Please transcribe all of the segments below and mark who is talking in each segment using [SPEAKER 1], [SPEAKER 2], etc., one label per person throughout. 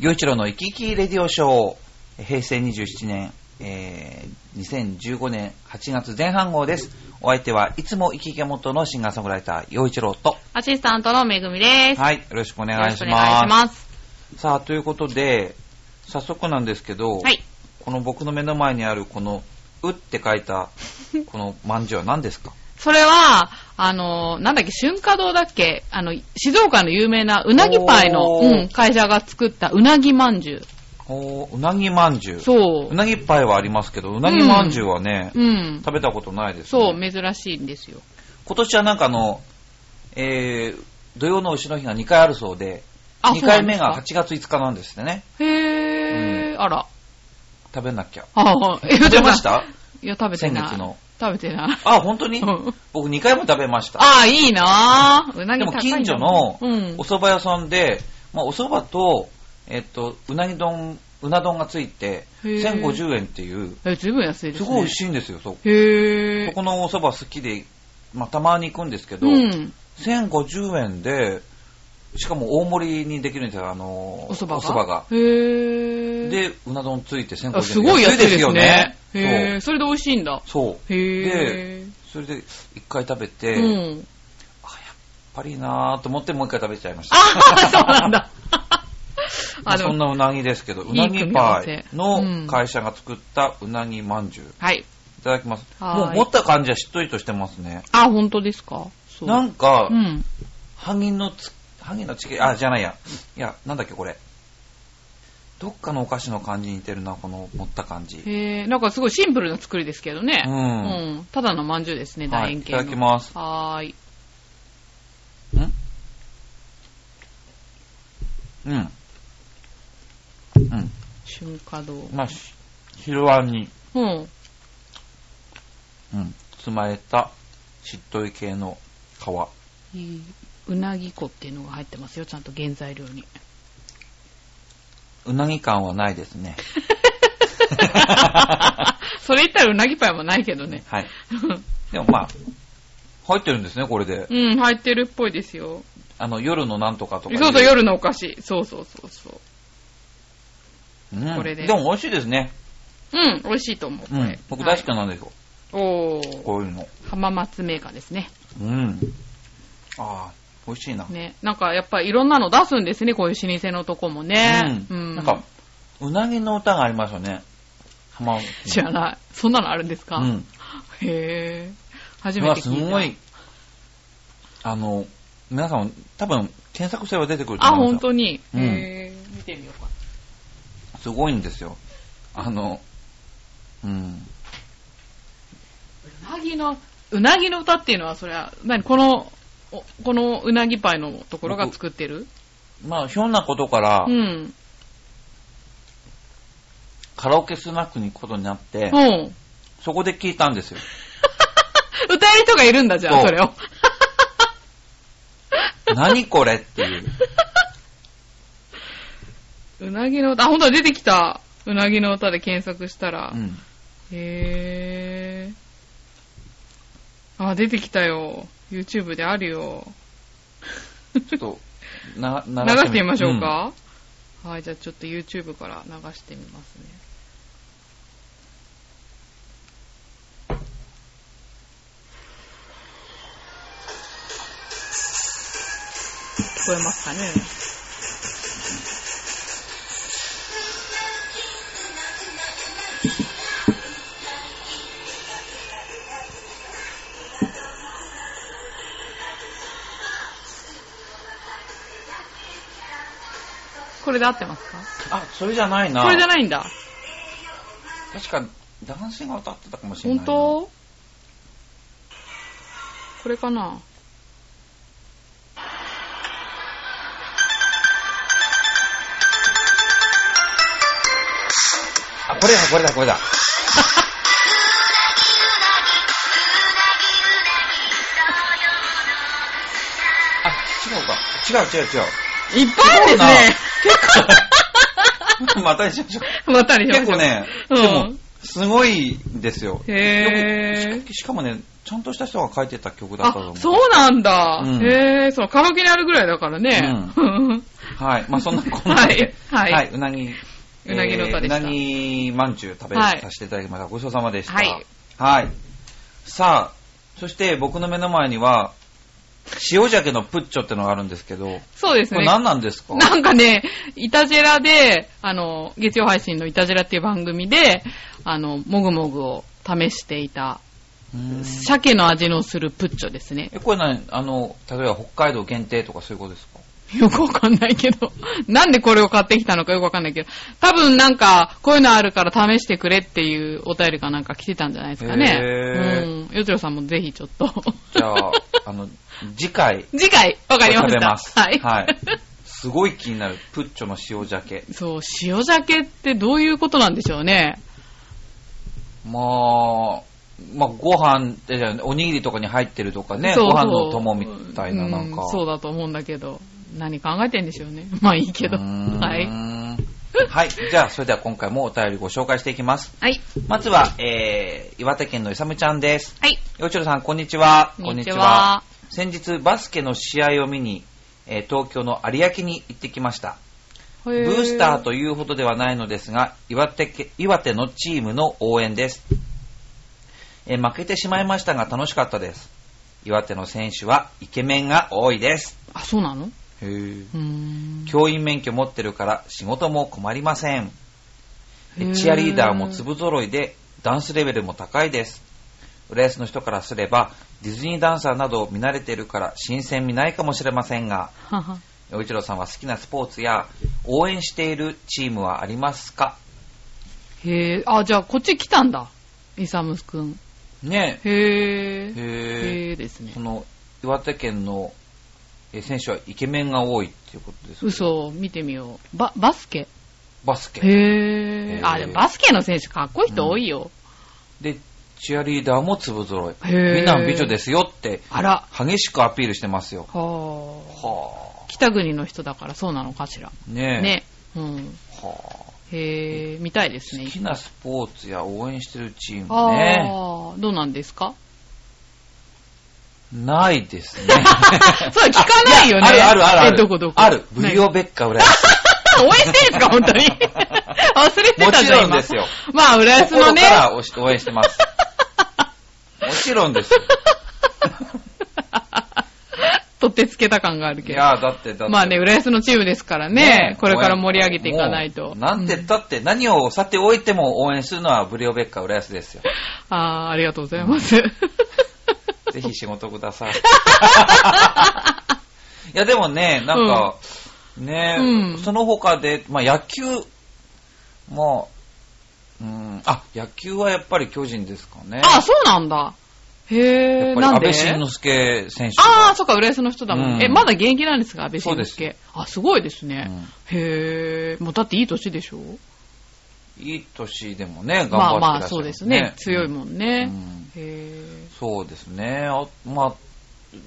[SPEAKER 1] 行一郎の生き生きレディオショー、平成27年、えー、2015年8月前半号です。お相手はいつも生き生き元のシンガーソングライター、行一郎と、
[SPEAKER 2] アシスタントのめぐみです。
[SPEAKER 1] はい、よろしくお願いします。
[SPEAKER 2] よろくお願いします。
[SPEAKER 1] さあ、ということで、早速なんですけど、
[SPEAKER 2] はい。
[SPEAKER 1] この僕の目の前にあるこの、うって書い た、このまんじゅうは何ですか
[SPEAKER 2] それは、あの、なんだっけ、春華堂だっけあの、静岡の有名なうなぎパイの、
[SPEAKER 1] おー
[SPEAKER 2] うん、会社が作ったうなぎまんじゅう。
[SPEAKER 1] おーうなぎまんじゅう。
[SPEAKER 2] そう
[SPEAKER 1] う。なぎパイはありますけど、うなぎまんじゅうはね、
[SPEAKER 2] うん。
[SPEAKER 1] 食べたことないです、ね。
[SPEAKER 2] そう、珍しいんですよ。
[SPEAKER 1] 今年はなんかあの、えー、土曜の丑の日が2回あるそうで、
[SPEAKER 2] あ
[SPEAKER 1] 2回目が
[SPEAKER 2] そうなんで
[SPEAKER 1] 8月5日なんですってね。
[SPEAKER 2] へー、あら。
[SPEAKER 1] 食べなきゃ。
[SPEAKER 2] ああ、え
[SPEAKER 1] 食べました
[SPEAKER 2] いや、食べてない。
[SPEAKER 1] 先月の
[SPEAKER 2] 食べてない。
[SPEAKER 1] あ、本当に
[SPEAKER 2] うん
[SPEAKER 1] 僕2回も食べました。
[SPEAKER 2] ああ、いいなーうな
[SPEAKER 1] で
[SPEAKER 2] ぎ
[SPEAKER 1] も
[SPEAKER 2] 高い
[SPEAKER 1] 近
[SPEAKER 2] んだ
[SPEAKER 1] 所の
[SPEAKER 2] う
[SPEAKER 1] お
[SPEAKER 2] ん。
[SPEAKER 1] 蕎麦屋さんで、まあ、お蕎麦と、えっと、うなぎ丼、うな丼がついて、
[SPEAKER 2] へー
[SPEAKER 1] 1050円っていう、
[SPEAKER 2] え、ずいぶん安いです
[SPEAKER 1] す
[SPEAKER 2] ね。
[SPEAKER 1] ごい美味しいんですよ、そこ。
[SPEAKER 2] へー。
[SPEAKER 1] そこのお蕎麦好きで、まあ、たまに行くんですけど、
[SPEAKER 2] うん。
[SPEAKER 1] 1050円で、しかも大盛りにできるんですよ、あの、
[SPEAKER 2] お蕎麦が。
[SPEAKER 1] お蕎麦が。
[SPEAKER 2] へー。
[SPEAKER 1] で、うな丼ついて1500円。
[SPEAKER 2] あすごい安いですね。
[SPEAKER 1] 安い
[SPEAKER 2] へ
[SPEAKER 1] で
[SPEAKER 2] ー
[SPEAKER 1] す
[SPEAKER 2] それで美味しいんだ。
[SPEAKER 1] よね。そう。
[SPEAKER 2] へ
[SPEAKER 1] で
[SPEAKER 2] え。、
[SPEAKER 1] それで一回食べて、
[SPEAKER 2] う
[SPEAKER 1] やっ
[SPEAKER 2] ん。
[SPEAKER 1] ぱりなーと思ってもう一回食べちゃいまし
[SPEAKER 2] あ
[SPEAKER 1] た。
[SPEAKER 2] あ、そうなんだ。
[SPEAKER 1] まあ
[SPEAKER 2] あ
[SPEAKER 1] そん
[SPEAKER 2] の、
[SPEAKER 1] なうなぎですけど、うない
[SPEAKER 2] い
[SPEAKER 1] ぎ
[SPEAKER 2] 組み合
[SPEAKER 1] パ
[SPEAKER 2] わせ
[SPEAKER 1] イの会社が作ったうなぎまんじゅう。い
[SPEAKER 2] はい。
[SPEAKER 1] ただきます。も
[SPEAKER 2] はー
[SPEAKER 1] う
[SPEAKER 2] い
[SPEAKER 1] 持った感じはしっとりとしてますね。
[SPEAKER 2] あ、本当ですかそう。
[SPEAKER 1] なんか
[SPEAKER 2] う、ん。
[SPEAKER 1] ハギのつ、ハギのチキン、あ、じゃないや。いや、なんだっけこれ。どっかのお菓子の感じに似てるな、この持った感じ。
[SPEAKER 2] へえ、なんかすごいシンプルな作りですけどね。
[SPEAKER 1] うん
[SPEAKER 2] うん。ただの饅頭ですね、
[SPEAKER 1] は
[SPEAKER 2] 楕
[SPEAKER 1] い、い
[SPEAKER 2] 円形
[SPEAKER 1] た
[SPEAKER 2] の。
[SPEAKER 1] だきます。
[SPEAKER 2] はーい。
[SPEAKER 1] んうん。うん。
[SPEAKER 2] 春華堂。
[SPEAKER 1] まあ、し昼あんに、
[SPEAKER 2] うん。
[SPEAKER 1] うん、包まれたしっとり系の皮。
[SPEAKER 2] いいうなぎ粉っていうのが入ってますよ、ちゃんと原材料に。
[SPEAKER 1] うなぎ感はないです ね。
[SPEAKER 2] それ言ったらうなぎパイもないけどね。
[SPEAKER 1] はい。でもまあ、入ってるんですね、これで。
[SPEAKER 2] うん、入ってるっぽいですよ。
[SPEAKER 1] あの、夜のなんとかとか。
[SPEAKER 2] そうそう、。夜のお菓子。そうそうそうそう。
[SPEAKER 1] うん、
[SPEAKER 2] これで
[SPEAKER 1] でも美味しいですね。
[SPEAKER 2] うん、美味しいと思う。こ
[SPEAKER 1] う
[SPEAKER 2] れ
[SPEAKER 1] ん。僕大好きなんですよ、
[SPEAKER 2] おー、
[SPEAKER 1] こういうの。
[SPEAKER 2] 浜松メーカーですね。
[SPEAKER 1] うん。ああ、美味しいな。
[SPEAKER 2] ね。なんかやっぱいろんなの出すんですね、こういう老舗のとこもね。
[SPEAKER 1] う。
[SPEAKER 2] うんん。
[SPEAKER 1] なんか、うなぎの歌がありますよね。浜松の
[SPEAKER 2] 知らない。そんなのあるんですか、
[SPEAKER 1] うん。
[SPEAKER 2] へー。初
[SPEAKER 1] う
[SPEAKER 2] め
[SPEAKER 1] わ
[SPEAKER 2] て
[SPEAKER 1] す
[SPEAKER 2] 聞いた。
[SPEAKER 1] ごい。あの、皆さん、多分、検索すれば出てくると
[SPEAKER 2] あ、
[SPEAKER 1] 思うん
[SPEAKER 2] 本
[SPEAKER 1] ですよ。
[SPEAKER 2] 当
[SPEAKER 1] う
[SPEAKER 2] に。
[SPEAKER 1] ん
[SPEAKER 2] へー。見てみようか。
[SPEAKER 1] すごいんですよ。あの、うん。
[SPEAKER 2] うなぎの、うなぎの歌っていうのは、それは、何この、おこのうなぎパイのところが作ってる
[SPEAKER 1] まあ、ひょんなことから
[SPEAKER 2] う、ん。
[SPEAKER 1] カラオケスナックに行くことになって
[SPEAKER 2] う、ん。
[SPEAKER 1] そこで聞いたんですよ。
[SPEAKER 2] 歌える人がいるんだ、じゃ
[SPEAKER 1] そ
[SPEAKER 2] あ、
[SPEAKER 1] う
[SPEAKER 2] それを。
[SPEAKER 1] 何これっていう。
[SPEAKER 2] うなぎの歌、あ、本当だ出てきた。うなぎの歌で検索したら。
[SPEAKER 1] うん。
[SPEAKER 2] へー。あ、出てきたよ。YouTube であるよ。
[SPEAKER 1] ちょっと、な、流
[SPEAKER 2] 流してみましょう。か。はい、じゃあちょっと YouTube から流してみますね。聞こえますかねこれで合ってますか
[SPEAKER 1] うんあ、それじゃないな。
[SPEAKER 2] これじゃないんだ。
[SPEAKER 1] 確か、男性が歌ってたかもしれな
[SPEAKER 2] 本
[SPEAKER 1] いな。
[SPEAKER 2] 当これかな
[SPEAKER 1] あ、これだ、これだ、これだ。あ、違うか。違う、違う、違う。
[SPEAKER 2] いっぱいあるんですね。
[SPEAKER 1] 結構。またにしましょう。
[SPEAKER 2] またにしま
[SPEAKER 1] 結
[SPEAKER 2] しょ
[SPEAKER 1] 構
[SPEAKER 2] う
[SPEAKER 1] ね、
[SPEAKER 2] うん
[SPEAKER 1] でも、すごいんですよ。
[SPEAKER 2] へー
[SPEAKER 1] よくしかしかもね、ちゃんとした人が書いてた曲だったと思
[SPEAKER 2] あ
[SPEAKER 1] う。、
[SPEAKER 2] そうなんだ。
[SPEAKER 1] うん
[SPEAKER 2] へえ、そのカラオケにあるぐらいだからね。
[SPEAKER 1] はい。まあ、そんなこんな
[SPEAKER 2] は
[SPEAKER 1] で
[SPEAKER 2] い。。 はい。
[SPEAKER 1] はい。うなぎ、
[SPEAKER 2] うなぎの歌でした
[SPEAKER 1] えーうなぎまんちゅう食べさ
[SPEAKER 2] はい
[SPEAKER 1] せていただきました。ごちそうさまでした。
[SPEAKER 2] はい。
[SPEAKER 1] はい。さあ、そして僕の目の前には、塩鮭のプッチョってのがあるんですけど、
[SPEAKER 2] そうです
[SPEAKER 1] こ
[SPEAKER 2] ね。
[SPEAKER 1] れ何なんですか
[SPEAKER 2] なんかね、イタジェラで、あの、月曜配信のイタジェラっていう番組で、あの、もぐもぐを試していた、
[SPEAKER 1] うーん
[SPEAKER 2] 鮭の味のするプッチョですね。
[SPEAKER 1] え、これ何あの、例えば北海道限定とかそういうことですか
[SPEAKER 2] よくわかんないけど、 なんでこれを買ってきたのかよくわかんないけど、多分なんか、こういうのあるから試してくれっていうお便りかなんか来てたんじゃないですかね。
[SPEAKER 1] へ
[SPEAKER 2] うん。よちろさんもぜひちょっと。
[SPEAKER 1] じゃあ、あの、次回、
[SPEAKER 2] 次回、わかりま
[SPEAKER 1] これ食
[SPEAKER 2] し
[SPEAKER 1] べ
[SPEAKER 2] た。
[SPEAKER 1] ます。はい。すごい気になる、プッチョの塩鮭。
[SPEAKER 2] そう、塩鮭ってどういうことなんでしょうね。
[SPEAKER 1] まあ、まあ、ご飯、えじゃあおにぎりとかに入ってるとかね、
[SPEAKER 2] そう
[SPEAKER 1] ご飯の友みたいな、
[SPEAKER 2] うん
[SPEAKER 1] なんか。
[SPEAKER 2] そうだと思うんだけど、何考えてんでしょうね。 まあいいけど。
[SPEAKER 1] うーん
[SPEAKER 2] はい。。
[SPEAKER 1] はい。じゃあ、それでは今回もお便りご紹介していきます。
[SPEAKER 2] はい。
[SPEAKER 1] まずは、えー、岩手県のいさむちゃんです。
[SPEAKER 2] はい。
[SPEAKER 1] よちろさん、こんにちは。
[SPEAKER 2] こんにちは
[SPEAKER 1] 先日、バスケの試合を見に、えー東京の有明に行ってきました。
[SPEAKER 2] ブ
[SPEAKER 1] ブースターというほどではないのですが、岩手け岩手のチームの応援です。えー負けてしまいましたが楽しかったです。岩手の選手はイケメンが多いです。
[SPEAKER 2] あ、そうなのうー ん。
[SPEAKER 1] 教員免許持ってるから仕事も困りません。え
[SPEAKER 2] へー
[SPEAKER 1] チアリーダーも粒揃いでダンスレベルも高いです。浦安の人からすればディズニーダンサーなどを見慣れてるから新鮮味ないかもしれませんが、
[SPEAKER 2] はは
[SPEAKER 1] 洋一郎さんは好きなスポーツや応援しているチームはありますか
[SPEAKER 2] へえ、あ、じゃあこっち来たんだ。イサムくん。
[SPEAKER 1] ね
[SPEAKER 2] へ
[SPEAKER 1] え。
[SPEAKER 2] え。
[SPEAKER 1] へ
[SPEAKER 2] へ
[SPEAKER 1] え。
[SPEAKER 2] えですね
[SPEAKER 1] そ。の、岩手県のえー選手はイケメンが多いっていうことですか
[SPEAKER 2] 嘘、見てみよう。バ、バスケ
[SPEAKER 1] バスケ。へ
[SPEAKER 2] へえ。
[SPEAKER 1] ー
[SPEAKER 2] あ、でもバスケの選手かっこいい人多いよ。
[SPEAKER 1] で、チアリーダーも粒揃い。
[SPEAKER 2] へー
[SPEAKER 1] みんな美女ですよって、
[SPEAKER 2] あら。
[SPEAKER 1] 激しくアピールしてますよ。
[SPEAKER 2] はあ。
[SPEAKER 1] は
[SPEAKER 2] 北国の人だからそうなのかしら。
[SPEAKER 1] あ。ねえ。
[SPEAKER 2] ね。うん。
[SPEAKER 1] はあ。
[SPEAKER 2] へえ、見たいですね
[SPEAKER 1] 好。きなスポーツや応援してるチームね。
[SPEAKER 2] ああ、どうなんですか
[SPEAKER 1] ないですね。
[SPEAKER 2] そ れ聞かないよ ね。
[SPEAKER 1] あるあるあるある。
[SPEAKER 2] え、どこどこ
[SPEAKER 1] ある。ブリ
[SPEAKER 2] 何
[SPEAKER 1] オベッカ浦安。
[SPEAKER 2] 応援してるんですか、本 当に。忘れてたじゃん
[SPEAKER 1] もちろん
[SPEAKER 2] 今
[SPEAKER 1] ですよ
[SPEAKER 2] まあ、浦安の
[SPEAKER 1] 心
[SPEAKER 2] ね
[SPEAKER 1] か。ら応援応援して ます。もちろんですよ。
[SPEAKER 2] 取ってつけた感がある
[SPEAKER 1] い
[SPEAKER 2] けど。
[SPEAKER 1] やだって、だって。
[SPEAKER 2] まあね、浦安のチームですからね、これから盛り上げていかない
[SPEAKER 1] も
[SPEAKER 2] と。
[SPEAKER 1] うなんて
[SPEAKER 2] う
[SPEAKER 1] 言ったって、何をさておいても応援するのはブリオベッカ浦安 ですよ。
[SPEAKER 2] あ あ、ありがとうございます。
[SPEAKER 1] ぜひ仕事ください。いや、でもね、なんか、ね、
[SPEAKER 2] うん
[SPEAKER 1] その他で、まあ野球、まあ、うん、あ、野球はやっぱり巨人ですかね。
[SPEAKER 2] ああ、そうなんだ。へ
[SPEAKER 1] や
[SPEAKER 2] え、
[SPEAKER 1] っぱり
[SPEAKER 2] なん
[SPEAKER 1] 安
[SPEAKER 2] で
[SPEAKER 1] 倍晋之助選手
[SPEAKER 2] ああ、
[SPEAKER 1] が。
[SPEAKER 2] そっか、浦安の人だもんね。
[SPEAKER 1] うん
[SPEAKER 2] え、まだ現役なんですか、安倍晋之
[SPEAKER 1] そう
[SPEAKER 2] 助。あ、すごいですね。
[SPEAKER 1] うん
[SPEAKER 2] へえ、もうだっていい年でしょ
[SPEAKER 1] いい年でもね、頑
[SPEAKER 2] ま
[SPEAKER 1] 張
[SPEAKER 2] あま
[SPEAKER 1] って
[SPEAKER 2] あ、
[SPEAKER 1] らっしゃる、
[SPEAKER 2] そうですね。強いもんね。
[SPEAKER 1] うん
[SPEAKER 2] へ
[SPEAKER 1] そうですね。あまあ、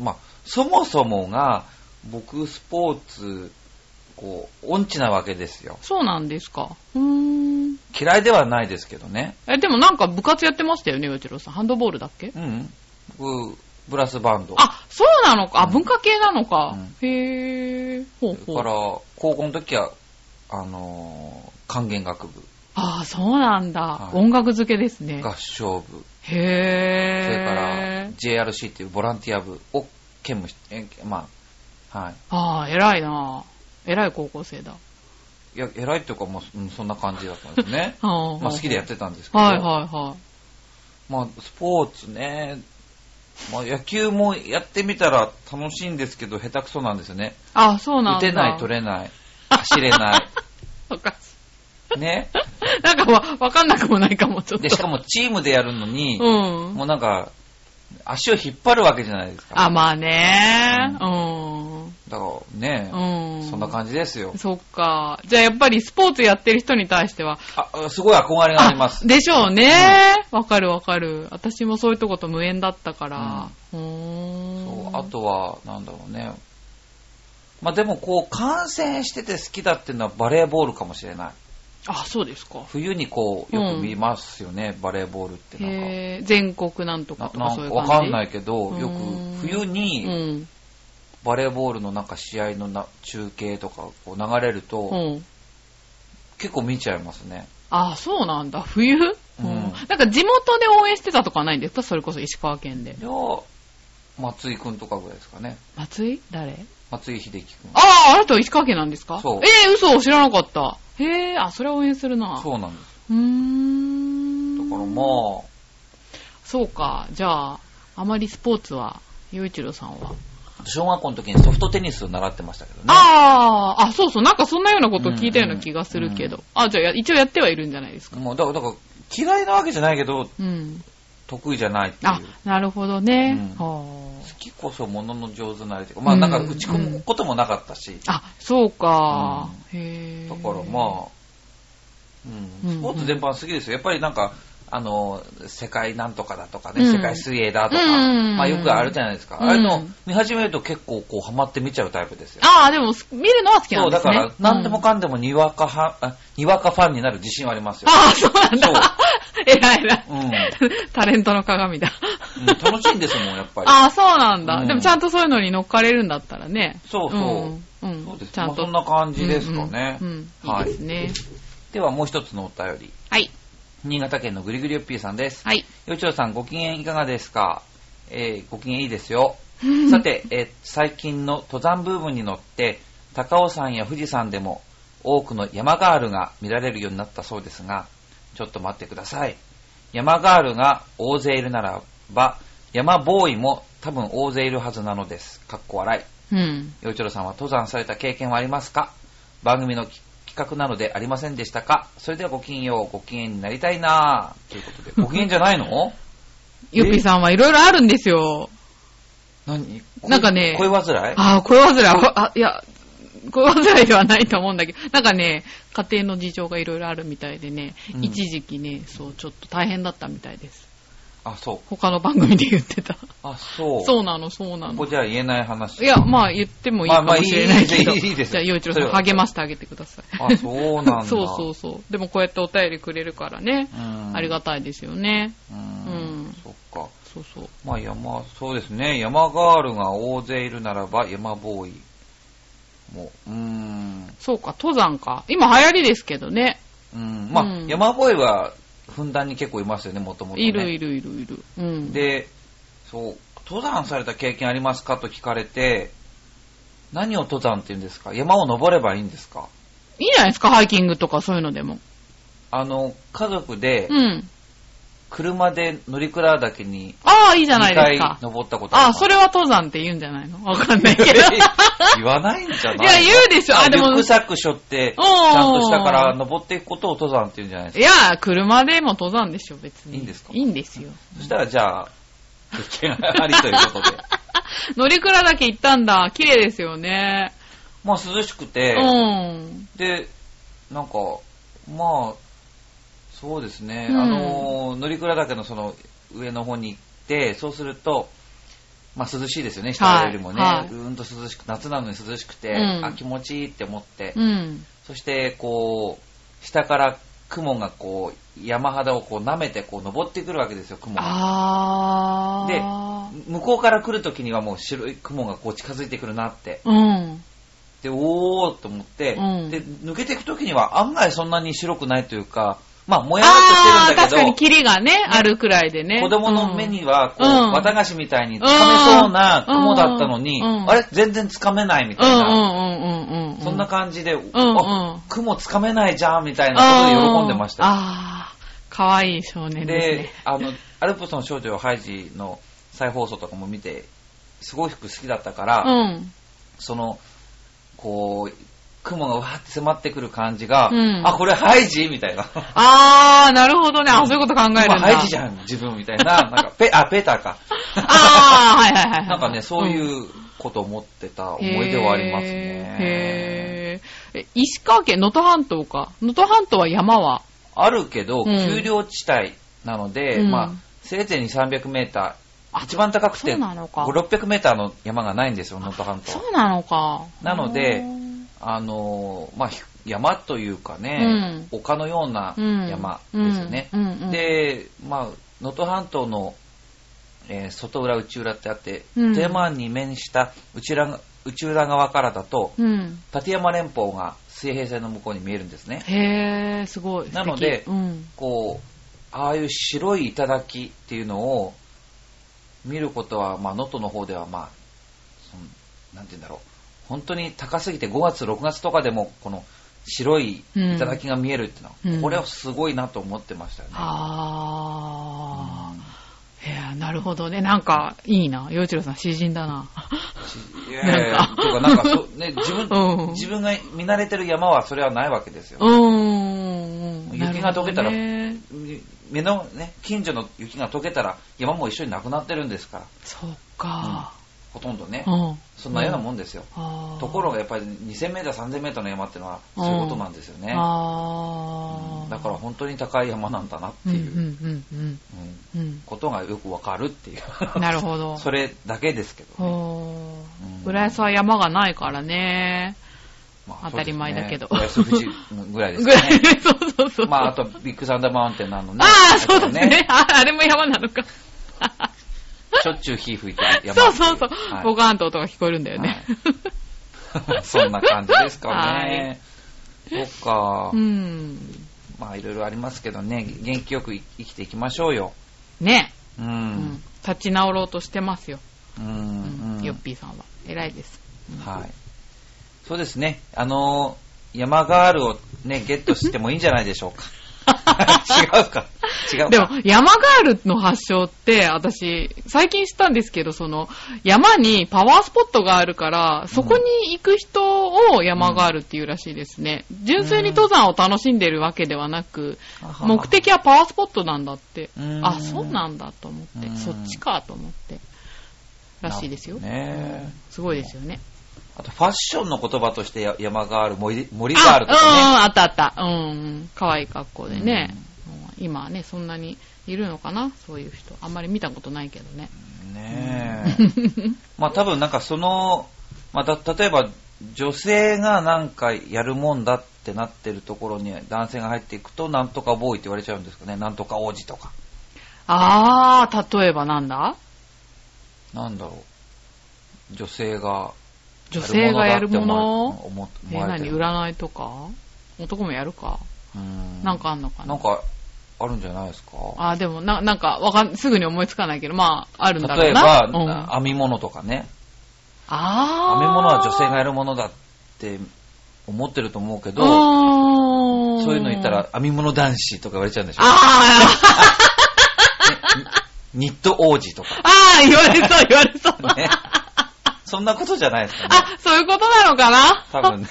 [SPEAKER 1] まあ、そもそもが、僕、スポーツ、こう、音痴なわけですよ
[SPEAKER 2] え。。そうなんですか。うーん。
[SPEAKER 1] 嫌いではないですけどね。
[SPEAKER 2] え、でもなんか部活やってましたよね、うちろさん。ハンドボールだっけ
[SPEAKER 1] うん。僕、ブラスバンド。
[SPEAKER 2] あ、そうなのか。あ、
[SPEAKER 1] うん
[SPEAKER 2] 文化系なのか
[SPEAKER 1] うん。
[SPEAKER 2] へえ。ほう
[SPEAKER 1] だ
[SPEAKER 2] ほ
[SPEAKER 1] から
[SPEAKER 2] う。、
[SPEAKER 1] 高校の時は、あのー管弦楽部、
[SPEAKER 2] あ、そうなんだ
[SPEAKER 1] は。い
[SPEAKER 2] 音楽付けですね。
[SPEAKER 1] 合唱部、それから
[SPEAKER 2] へえ。
[SPEAKER 1] JRC っていうボランティア部を兼務して、えまあ、はい。
[SPEAKER 2] ああ、偉いな。偉い高校生だ。。
[SPEAKER 1] いや、偉いっていうか、もう、うんそんな感じだったんですね
[SPEAKER 2] あ
[SPEAKER 1] まあ、好きでやってたんですけど、
[SPEAKER 2] はいはいは
[SPEAKER 1] まあ、スポーツね、まあ、野球もやってみたら楽しいんですけど、下手くそなんですよね。
[SPEAKER 2] い。あ、そうな
[SPEAKER 1] 打
[SPEAKER 2] んだ。
[SPEAKER 1] てない、取れない、走れな
[SPEAKER 2] そっか
[SPEAKER 1] い。ね。
[SPEAKER 2] なんかわ、わかんなくもないかも、ちょっと。
[SPEAKER 1] で、しかもチームでやるのに、
[SPEAKER 2] うん。
[SPEAKER 1] もうなんか、足を引っ張るわけじゃないですか。
[SPEAKER 2] あ、まあね。うん。
[SPEAKER 1] だからね、
[SPEAKER 2] うん。
[SPEAKER 1] そんな感じですよ。
[SPEAKER 2] そっか。じゃあやっぱりスポーツやってる人に対しては、
[SPEAKER 1] あ、あすごい憧れがあります。
[SPEAKER 2] でしょうね。わ、かるわかる。私もそういうとこと無縁だったから。うーん。
[SPEAKER 1] そうあとは、なんだろうね。まあでもこう、観戦してて好きだっていうのはバレーボールかもしれない。
[SPEAKER 2] あ、そうですか。
[SPEAKER 1] 冬にこう、よく見ますよね、バレーボールってなん
[SPEAKER 2] へー全国なんと
[SPEAKER 1] か。
[SPEAKER 2] かと
[SPEAKER 1] なな
[SPEAKER 2] か
[SPEAKER 1] ん
[SPEAKER 2] そういう
[SPEAKER 1] か
[SPEAKER 2] 感
[SPEAKER 1] わ
[SPEAKER 2] じ
[SPEAKER 1] かんないけど、よく
[SPEAKER 2] うん
[SPEAKER 1] 冬
[SPEAKER 2] う
[SPEAKER 1] に
[SPEAKER 2] ん。
[SPEAKER 1] バレーボールのなんか試合のな中継とかこう流れると、
[SPEAKER 2] うん。
[SPEAKER 1] 結構見ちゃいますね。
[SPEAKER 2] あ、そうなんだ。冬、うん、なんか地元で応援してたとかないんですかそれこそ石川県で。
[SPEAKER 1] じゃあ、松井くんとかぐらいですかね。
[SPEAKER 2] 松井誰
[SPEAKER 1] 松井秀樹くん。
[SPEAKER 2] ああ、あなた石川県なんですか
[SPEAKER 1] そう
[SPEAKER 2] えー、嘘、知らなかった。へえ、あ、それは応援するな。
[SPEAKER 1] そうなんです。
[SPEAKER 2] うーん。
[SPEAKER 1] だからまあ、
[SPEAKER 2] そうか。じゃあ、あまりスポーツは、洋一郎さんは。
[SPEAKER 1] 小学校の時にソフトテニスを習ってましたけどね。
[SPEAKER 2] ああ、あ、そうそう。なんかそんなようなこと聞いたような気がするけど。
[SPEAKER 1] うん
[SPEAKER 2] あ、じゃあや、一応やってはいるんじゃないですか。
[SPEAKER 1] もうだから、だから嫌いなわけじゃないけど、
[SPEAKER 2] うん。
[SPEAKER 1] 得意じゃないっていう。
[SPEAKER 2] あ、なるほどね。
[SPEAKER 1] うん
[SPEAKER 2] は
[SPEAKER 1] 好きこそものの上手なりとか、まあなんか打ち込むこともなかったし、
[SPEAKER 2] あ。あ、そうか。へえ。
[SPEAKER 1] だからまあ、うん、スポーツ全般好きですよ。やっぱりなんか、あの、世界なんとかだとかね、
[SPEAKER 2] うん
[SPEAKER 1] 世界水泳だとか、
[SPEAKER 2] うん
[SPEAKER 1] まあよくあるじゃないですか。
[SPEAKER 2] うん
[SPEAKER 1] あれの見始めると結構こうハマって見ちゃうタイプですよ。
[SPEAKER 2] ああ、でも、す見るのは好きな
[SPEAKER 1] そ
[SPEAKER 2] ん
[SPEAKER 1] う、
[SPEAKER 2] で
[SPEAKER 1] だ
[SPEAKER 2] すね。
[SPEAKER 1] から何でも
[SPEAKER 2] うん
[SPEAKER 1] かんでもにわかは、あにわかファンになる自信はありますよ。
[SPEAKER 2] ああ、そうなんだ。 えらいえらい。
[SPEAKER 1] うん。うん
[SPEAKER 2] タレントの鏡だ。
[SPEAKER 1] 楽しいんですもん、やっぱり。
[SPEAKER 2] ああ、そうなんだ、
[SPEAKER 1] うん
[SPEAKER 2] でもちゃんとそういうのに乗っかれるんだったらね。。
[SPEAKER 1] そうそう
[SPEAKER 2] うん。
[SPEAKER 1] そうです。
[SPEAKER 2] ちゃ
[SPEAKER 1] ま
[SPEAKER 2] ん
[SPEAKER 1] あ
[SPEAKER 2] と。
[SPEAKER 1] そんな感じですかね。
[SPEAKER 2] うんうんうん
[SPEAKER 1] はい
[SPEAKER 2] いいですね。
[SPEAKER 1] ではもう一つのお便り。
[SPEAKER 2] はい。
[SPEAKER 1] 新潟県のぐりぐりよっぴーさんです。
[SPEAKER 2] はい。
[SPEAKER 1] よちろさん、ご機嫌いかがですかえーご機嫌いいですよ。さて、えー最近の登山ブームに乗って、高尾山や富士山でも多くの山ガールが見られるようになったそうですが、ちょっと待ってください。山ガールが大勢いるならば、山ボーイも多分大勢いるはずなのです。かっこ笑い。
[SPEAKER 2] うん。
[SPEAKER 1] よいちろさんは登山された経験はありますか番組のき企画なのでありませんでしたかそれではごきげんよう、ごきげんになりたいなぁ。ということで、ごきげんじゃないの
[SPEAKER 2] ゆっぴーさんはいろいろあるんですよ。
[SPEAKER 1] 何
[SPEAKER 2] なんかね
[SPEAKER 1] 恋煩い
[SPEAKER 2] ああ、恋煩いは、あ、いや、恋煩いではないと思うんだけど、 なんかね、家庭の事情がいろいろあるみたいでね、
[SPEAKER 1] うん
[SPEAKER 2] 一時期ね、そう、ちょっと大変だったみたいです。
[SPEAKER 1] あ、そう。
[SPEAKER 2] 他の番組で言ってた。
[SPEAKER 1] あ、そう。
[SPEAKER 2] そうなの、そうな
[SPEAKER 1] ここ
[SPEAKER 2] の。
[SPEAKER 1] じゃ言えない話。
[SPEAKER 2] いや、まあ言ってもいい
[SPEAKER 1] ま
[SPEAKER 2] か
[SPEAKER 1] あまあ
[SPEAKER 2] もしれないけど。
[SPEAKER 1] いいいいいいです
[SPEAKER 2] じゃあ、洋一郎さん
[SPEAKER 1] それは
[SPEAKER 2] 励ましてあげてください。
[SPEAKER 1] あ、そうなんだ。
[SPEAKER 2] そうそうそう。でもこうやってお便りくれるからね、
[SPEAKER 1] うん。
[SPEAKER 2] ありがたいですよね。
[SPEAKER 1] う
[SPEAKER 2] うんん。
[SPEAKER 1] そっか。
[SPEAKER 2] そうそう。
[SPEAKER 1] まあ山、そうですね。山ガールが大勢いるならば、山ボーイも。うーん。
[SPEAKER 2] そうか、登山か。今流行りですけどね。
[SPEAKER 1] うん。まあ、
[SPEAKER 2] うん
[SPEAKER 1] 山ボーイは、ふんだんに結構いますよね、もともと、ね。
[SPEAKER 2] いるいるいるいる。うん。
[SPEAKER 1] で、そう、登山された経験ありますかと聞かれて、何を登山って言うんですか山を登ればいいんですか
[SPEAKER 2] いいじゃないですか、ハイキングとかそういうのでも。
[SPEAKER 1] あの、家族で
[SPEAKER 2] う、ん。
[SPEAKER 1] 車で乗り倉岳に
[SPEAKER 2] ああ、いいじゃな
[SPEAKER 1] 2
[SPEAKER 2] いです
[SPEAKER 1] 回
[SPEAKER 2] か。
[SPEAKER 1] 登ったこと
[SPEAKER 2] あ
[SPEAKER 1] あ
[SPEAKER 2] あ、
[SPEAKER 1] ります。
[SPEAKER 2] それは登山って言うんじゃないのわかんない けど。い
[SPEAKER 1] 言わないんじゃない
[SPEAKER 2] や、言うでしょ。あ、で
[SPEAKER 1] リュッ
[SPEAKER 2] も、
[SPEAKER 1] ク
[SPEAKER 2] い
[SPEAKER 1] サック背負って、ち
[SPEAKER 2] おー
[SPEAKER 1] ゃんと下から登っていくことを登山って言うんじゃないですか。
[SPEAKER 2] や、車でも登山でしょ、別に。
[SPEAKER 1] いいんですか
[SPEAKER 2] いいんですよ。
[SPEAKER 1] そしたら、じゃあ、経験ありという ことで。
[SPEAKER 2] 乗鞍岳行ったんだ。綺麗ですよね。
[SPEAKER 1] まあ、涼しくて、
[SPEAKER 2] うん。
[SPEAKER 1] で、なんか、まあ、そうですね、
[SPEAKER 2] うん
[SPEAKER 1] あの、乗鞍岳のその上の方に行って、そうすると、まあ涼しいですよね、下よりもね、
[SPEAKER 2] はいはいう
[SPEAKER 1] ーんと涼しく、夏なのに涼しくて、
[SPEAKER 2] うん
[SPEAKER 1] あ、気持ちいいって思って、
[SPEAKER 2] うん。
[SPEAKER 1] そして、こう、下から雲がこう、山肌をこう舐めてこう登ってくるわけですよ、雲が。
[SPEAKER 2] あ
[SPEAKER 1] で
[SPEAKER 2] あ。
[SPEAKER 1] 向こうから来るときにはもう白い雲がこう近づいてくるなって。
[SPEAKER 2] うん。
[SPEAKER 1] で、おーっと思って、
[SPEAKER 2] うん
[SPEAKER 1] で、抜けていくときには案外そんなに白くないというか、まあ、もやっとしてる
[SPEAKER 2] ああー、
[SPEAKER 1] んだけ
[SPEAKER 2] 確
[SPEAKER 1] ど、
[SPEAKER 2] かに霧がね、あるくらいでね。
[SPEAKER 1] 子供の目には、こう、
[SPEAKER 2] うん
[SPEAKER 1] 綿菓子みたいにつかめそうな雲だったのに、
[SPEAKER 2] うん
[SPEAKER 1] あれ全然つかめないみ
[SPEAKER 2] うん
[SPEAKER 1] た
[SPEAKER 2] う
[SPEAKER 1] い
[SPEAKER 2] ん
[SPEAKER 1] な、
[SPEAKER 2] うんうんうんうん。
[SPEAKER 1] そんな感じで、
[SPEAKER 2] うん
[SPEAKER 1] あ、雲つかめないじゃんみたい
[SPEAKER 2] じ
[SPEAKER 1] なことで喜んでました。
[SPEAKER 2] ああ、かわいい少年です
[SPEAKER 1] で
[SPEAKER 2] ね。、
[SPEAKER 1] あの、アルプスの少女ハイジの再放送とかも見て、すごく好きだったか
[SPEAKER 2] う
[SPEAKER 1] ら、
[SPEAKER 2] ん。
[SPEAKER 1] その、こう、雲がわーって迫ってくる感じが、
[SPEAKER 2] うん
[SPEAKER 1] あ、これハイジみたいな。
[SPEAKER 2] ああ、なるほどね。あそういうこと考えるんだ。
[SPEAKER 1] 今ハイジじゃん、自分みたい な。なんか、ペ、あ、ペーターか。
[SPEAKER 2] ああ、はいはいはいはい。
[SPEAKER 1] なんかね、そう
[SPEAKER 2] うん
[SPEAKER 1] いうことを思ってた思い出はありますね。
[SPEAKER 2] へーへーえ石川県、能登半島か。能登半島は山は。
[SPEAKER 1] あるけど、
[SPEAKER 2] うん
[SPEAKER 1] 丘陵地帯なので、
[SPEAKER 2] うん
[SPEAKER 1] まあ、せいぜいに300メーター、
[SPEAKER 2] あ
[SPEAKER 1] 一番高くて
[SPEAKER 2] そうなの
[SPEAKER 1] 5、
[SPEAKER 2] か
[SPEAKER 1] 600メーターの山がないんですよ、能登半島
[SPEAKER 2] そ。うなのか。
[SPEAKER 1] なので
[SPEAKER 2] うん
[SPEAKER 1] あのーまあ、ひ山というかね、丘のような山ですよね。
[SPEAKER 2] うんうんうん
[SPEAKER 1] で、まあ、能登半島の、えー外裏、内裏ってあって、
[SPEAKER 2] うん
[SPEAKER 1] 手満に面した内裏が内裏側からだと、
[SPEAKER 2] うん。
[SPEAKER 1] 立山連峰が水平線の向こうに見えるんですね。
[SPEAKER 2] へー、すごい。素敵
[SPEAKER 1] なので
[SPEAKER 2] うん。
[SPEAKER 1] こう、ああいう白い頂っていうのを見ることは、まあ、能登の方では、まあ、そのなんて言うんだろう。本当に高すぎて5月、6月とかでも、この白い頂が見えるっていうのは、
[SPEAKER 2] うん
[SPEAKER 1] これはすごいなと思ってましたよね。
[SPEAKER 2] あ
[SPEAKER 1] うん
[SPEAKER 2] ー。へー、なるほどね。なんか、いいな。洋一郎さん、詩人だな。
[SPEAKER 1] いやいやいや
[SPEAKER 2] なんか
[SPEAKER 1] てかなんかそう、ね、自
[SPEAKER 2] うん
[SPEAKER 1] 分、自分が見慣れてる山はそれはないわけですよ。
[SPEAKER 2] うーん。
[SPEAKER 1] 雪が溶けたら
[SPEAKER 2] なるほどね
[SPEAKER 1] 目のね、近所の雪が溶けたら山も一緒になくなってるんですから、
[SPEAKER 2] そうか。
[SPEAKER 1] ほとんどね
[SPEAKER 2] う。ん。
[SPEAKER 1] そんなようなもんですよ。
[SPEAKER 2] あー
[SPEAKER 1] ところがやっぱり2000メーター、3000メーターの山ってのはそういうことなんですよね。
[SPEAKER 2] あー。
[SPEAKER 1] だから本当に高い山なんだなって
[SPEAKER 2] うん
[SPEAKER 1] いう、うん
[SPEAKER 2] うんうん うん。
[SPEAKER 1] ことがよくわかるっていう。
[SPEAKER 2] うん。なるほど。
[SPEAKER 1] それだけですけどね、
[SPEAKER 2] ほ
[SPEAKER 1] うん
[SPEAKER 2] ー。浦安は山がないからね。
[SPEAKER 1] ま
[SPEAKER 2] 当たり前だけど
[SPEAKER 1] そうですね浦安富士ぐらいです
[SPEAKER 2] ぐ
[SPEAKER 1] から
[SPEAKER 2] い
[SPEAKER 1] ね。。
[SPEAKER 2] そうそうそう。
[SPEAKER 1] まあ、あとビッグサンダーマウンテンなのね。
[SPEAKER 2] ああ、そうです
[SPEAKER 1] あと
[SPEAKER 2] ね。ああれも山なのか。
[SPEAKER 1] しょっちゅう火吹いてる山
[SPEAKER 2] そうそうそう。
[SPEAKER 1] はい
[SPEAKER 2] ボガーンと音が聞こえるんだよね。
[SPEAKER 1] そんな感じですかね。そうか
[SPEAKER 2] う。ん。
[SPEAKER 1] まあ、いろいろありますけどね、元気よく生きていきましょうよ。
[SPEAKER 2] ね。
[SPEAKER 1] う
[SPEAKER 2] うん
[SPEAKER 1] ん。
[SPEAKER 2] 立ち直ろうとしてますよ。
[SPEAKER 1] う。
[SPEAKER 2] うん
[SPEAKER 1] うん
[SPEAKER 2] ヨッピーさんは。偉いです。
[SPEAKER 1] はい。そうですね。あのー、山ガールをね、ゲットしてもいいんじゃないでし ょうか。違うか。違うか。
[SPEAKER 2] でも、山ガールの発祥って、私、最近知ったんですけど、その、山にパワースポットがあるから、そこに行く人を山ガールっていうらしいですね。純粋に登山を楽しんでるわけではなく、
[SPEAKER 1] あは
[SPEAKER 2] 目的はパワースポットなんだって
[SPEAKER 1] う。ん
[SPEAKER 2] あ、そうなんだと思って
[SPEAKER 1] う。ん
[SPEAKER 2] そっちかと思って。らしいですよ。
[SPEAKER 1] ね
[SPEAKER 2] うんすごいですよね。
[SPEAKER 1] あと、ファッションの言葉としてや山ガール、森森ガー
[SPEAKER 2] あ、う
[SPEAKER 1] ル
[SPEAKER 2] ん、
[SPEAKER 1] とかね。
[SPEAKER 2] あったあった。うん。可愛い格好でね。うん今はね、そんなにいるのかなそういう人。あんまり見たことないけどね。
[SPEAKER 1] ね え。まあ多分なんかその、まあ、た例えば女性がなんかやるもんだってなってるところに男性が入っていくとなんとかボーイって言われちゃうんですかね。なんとか王子とか。
[SPEAKER 2] あー、例えばなんだ
[SPEAKER 1] なんだろう。女性が
[SPEAKER 2] 女性がやるも
[SPEAKER 1] やる
[SPEAKER 2] の
[SPEAKER 1] ものだって
[SPEAKER 2] え
[SPEAKER 1] 思われ思われて
[SPEAKER 2] 何
[SPEAKER 1] る
[SPEAKER 2] 占いとか男もやるか
[SPEAKER 1] うん
[SPEAKER 2] なんかあんのか
[SPEAKER 1] な
[SPEAKER 2] な
[SPEAKER 1] んかあるんじゃないですか。
[SPEAKER 2] あー、でもな、なんか、わかん、すぐに思いつかないけど、まあ、あるんだろ
[SPEAKER 1] 例
[SPEAKER 2] う
[SPEAKER 1] え
[SPEAKER 2] な。
[SPEAKER 1] ば、
[SPEAKER 2] うん、あ
[SPEAKER 1] 編み物とかね。
[SPEAKER 2] あ
[SPEAKER 1] 編
[SPEAKER 2] ー。
[SPEAKER 1] み物は女性がやるものだって思ってると思うけど、
[SPEAKER 2] ど
[SPEAKER 1] そういうの言ったら、編み物男子とか言われちゃうんでしょ。
[SPEAKER 2] あー、
[SPEAKER 1] ニット王子とか。
[SPEAKER 2] あー、言われそう、言われそう。
[SPEAKER 1] ね。そんなことじゃないですかね。
[SPEAKER 2] あ、そういうことなのかな
[SPEAKER 1] 多分ね。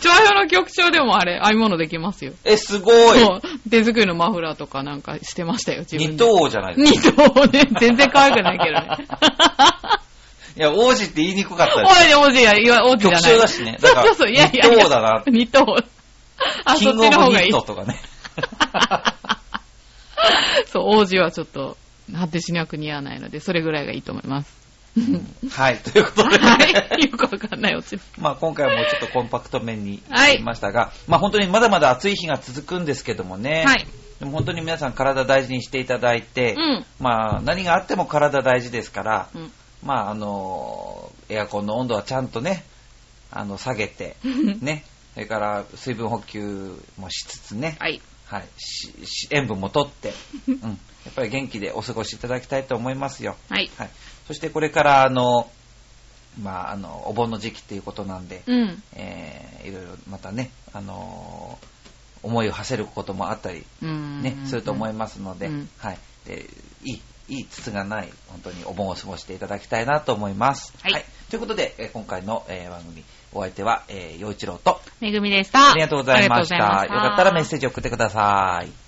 [SPEAKER 2] 調和の局長でもあれ、編み物できますよ。
[SPEAKER 1] え、すごい。
[SPEAKER 2] そう手作りのマフラーとかなんかしてましたよ、自
[SPEAKER 1] ニッ
[SPEAKER 2] 分で。
[SPEAKER 1] ト王じゃないですか。
[SPEAKER 2] 二頭をね、全然可愛くないけどね。
[SPEAKER 1] いや、王子って言いにくかったです。
[SPEAKER 2] おい、王子や、いわ、王子じゃない。
[SPEAKER 1] 局長だしね
[SPEAKER 2] そ
[SPEAKER 1] だ
[SPEAKER 2] う
[SPEAKER 1] から
[SPEAKER 2] そうそう、いやいやいや。
[SPEAKER 1] 二頭だな
[SPEAKER 2] 二頭。あ、
[SPEAKER 1] キ
[SPEAKER 2] そ
[SPEAKER 1] ン
[SPEAKER 2] っ
[SPEAKER 1] グオ
[SPEAKER 2] ちの方
[SPEAKER 1] ブ
[SPEAKER 2] がい
[SPEAKER 1] ニッ
[SPEAKER 2] い
[SPEAKER 1] ト。とか ね。
[SPEAKER 2] そう、王子はちょっと、果てしなく似合わないので、それぐらいがいいと思います。
[SPEAKER 1] はい、ということで。
[SPEAKER 2] はい。よくわかんないオチ。
[SPEAKER 1] まあ、今回もちょっとコンパクト面に
[SPEAKER 2] はい
[SPEAKER 1] いましたが、まあ、本当にまだまだ暑い日が続くんですけどもね、
[SPEAKER 2] はい
[SPEAKER 1] でも本当に皆さん体大事にしていただいて、
[SPEAKER 2] うん
[SPEAKER 1] まあ、何があっても体大事ですから、
[SPEAKER 2] うん
[SPEAKER 1] まあ、あのエアコンの温度はちゃんとねあの下げてねそれから水分補給もしつつね、
[SPEAKER 2] はい。
[SPEAKER 1] はい、しし塩分もとって、うん、やっぱり元気でお過ごしいただきたいと思いますよ。
[SPEAKER 2] はい。
[SPEAKER 1] はい、そしてこれからあの、まあ、あのお盆の時期ということなんで、
[SPEAKER 2] うん。
[SPEAKER 1] えーいろいろまたね、あのー思いを馳せることもあったり、
[SPEAKER 2] うん。
[SPEAKER 1] ね、すると思いますので,、
[SPEAKER 2] うん
[SPEAKER 1] はい、でいいいい筒がない本当にお盆を過ごしていただきたいなと思います。
[SPEAKER 2] はい
[SPEAKER 1] ということで、えー今回の、えー番組お相手は、えー、陽一郎と
[SPEAKER 2] めぐみでした。
[SPEAKER 1] ありがとうございました
[SPEAKER 2] ありがとうございま
[SPEAKER 1] よかったらメッセージ送ってください。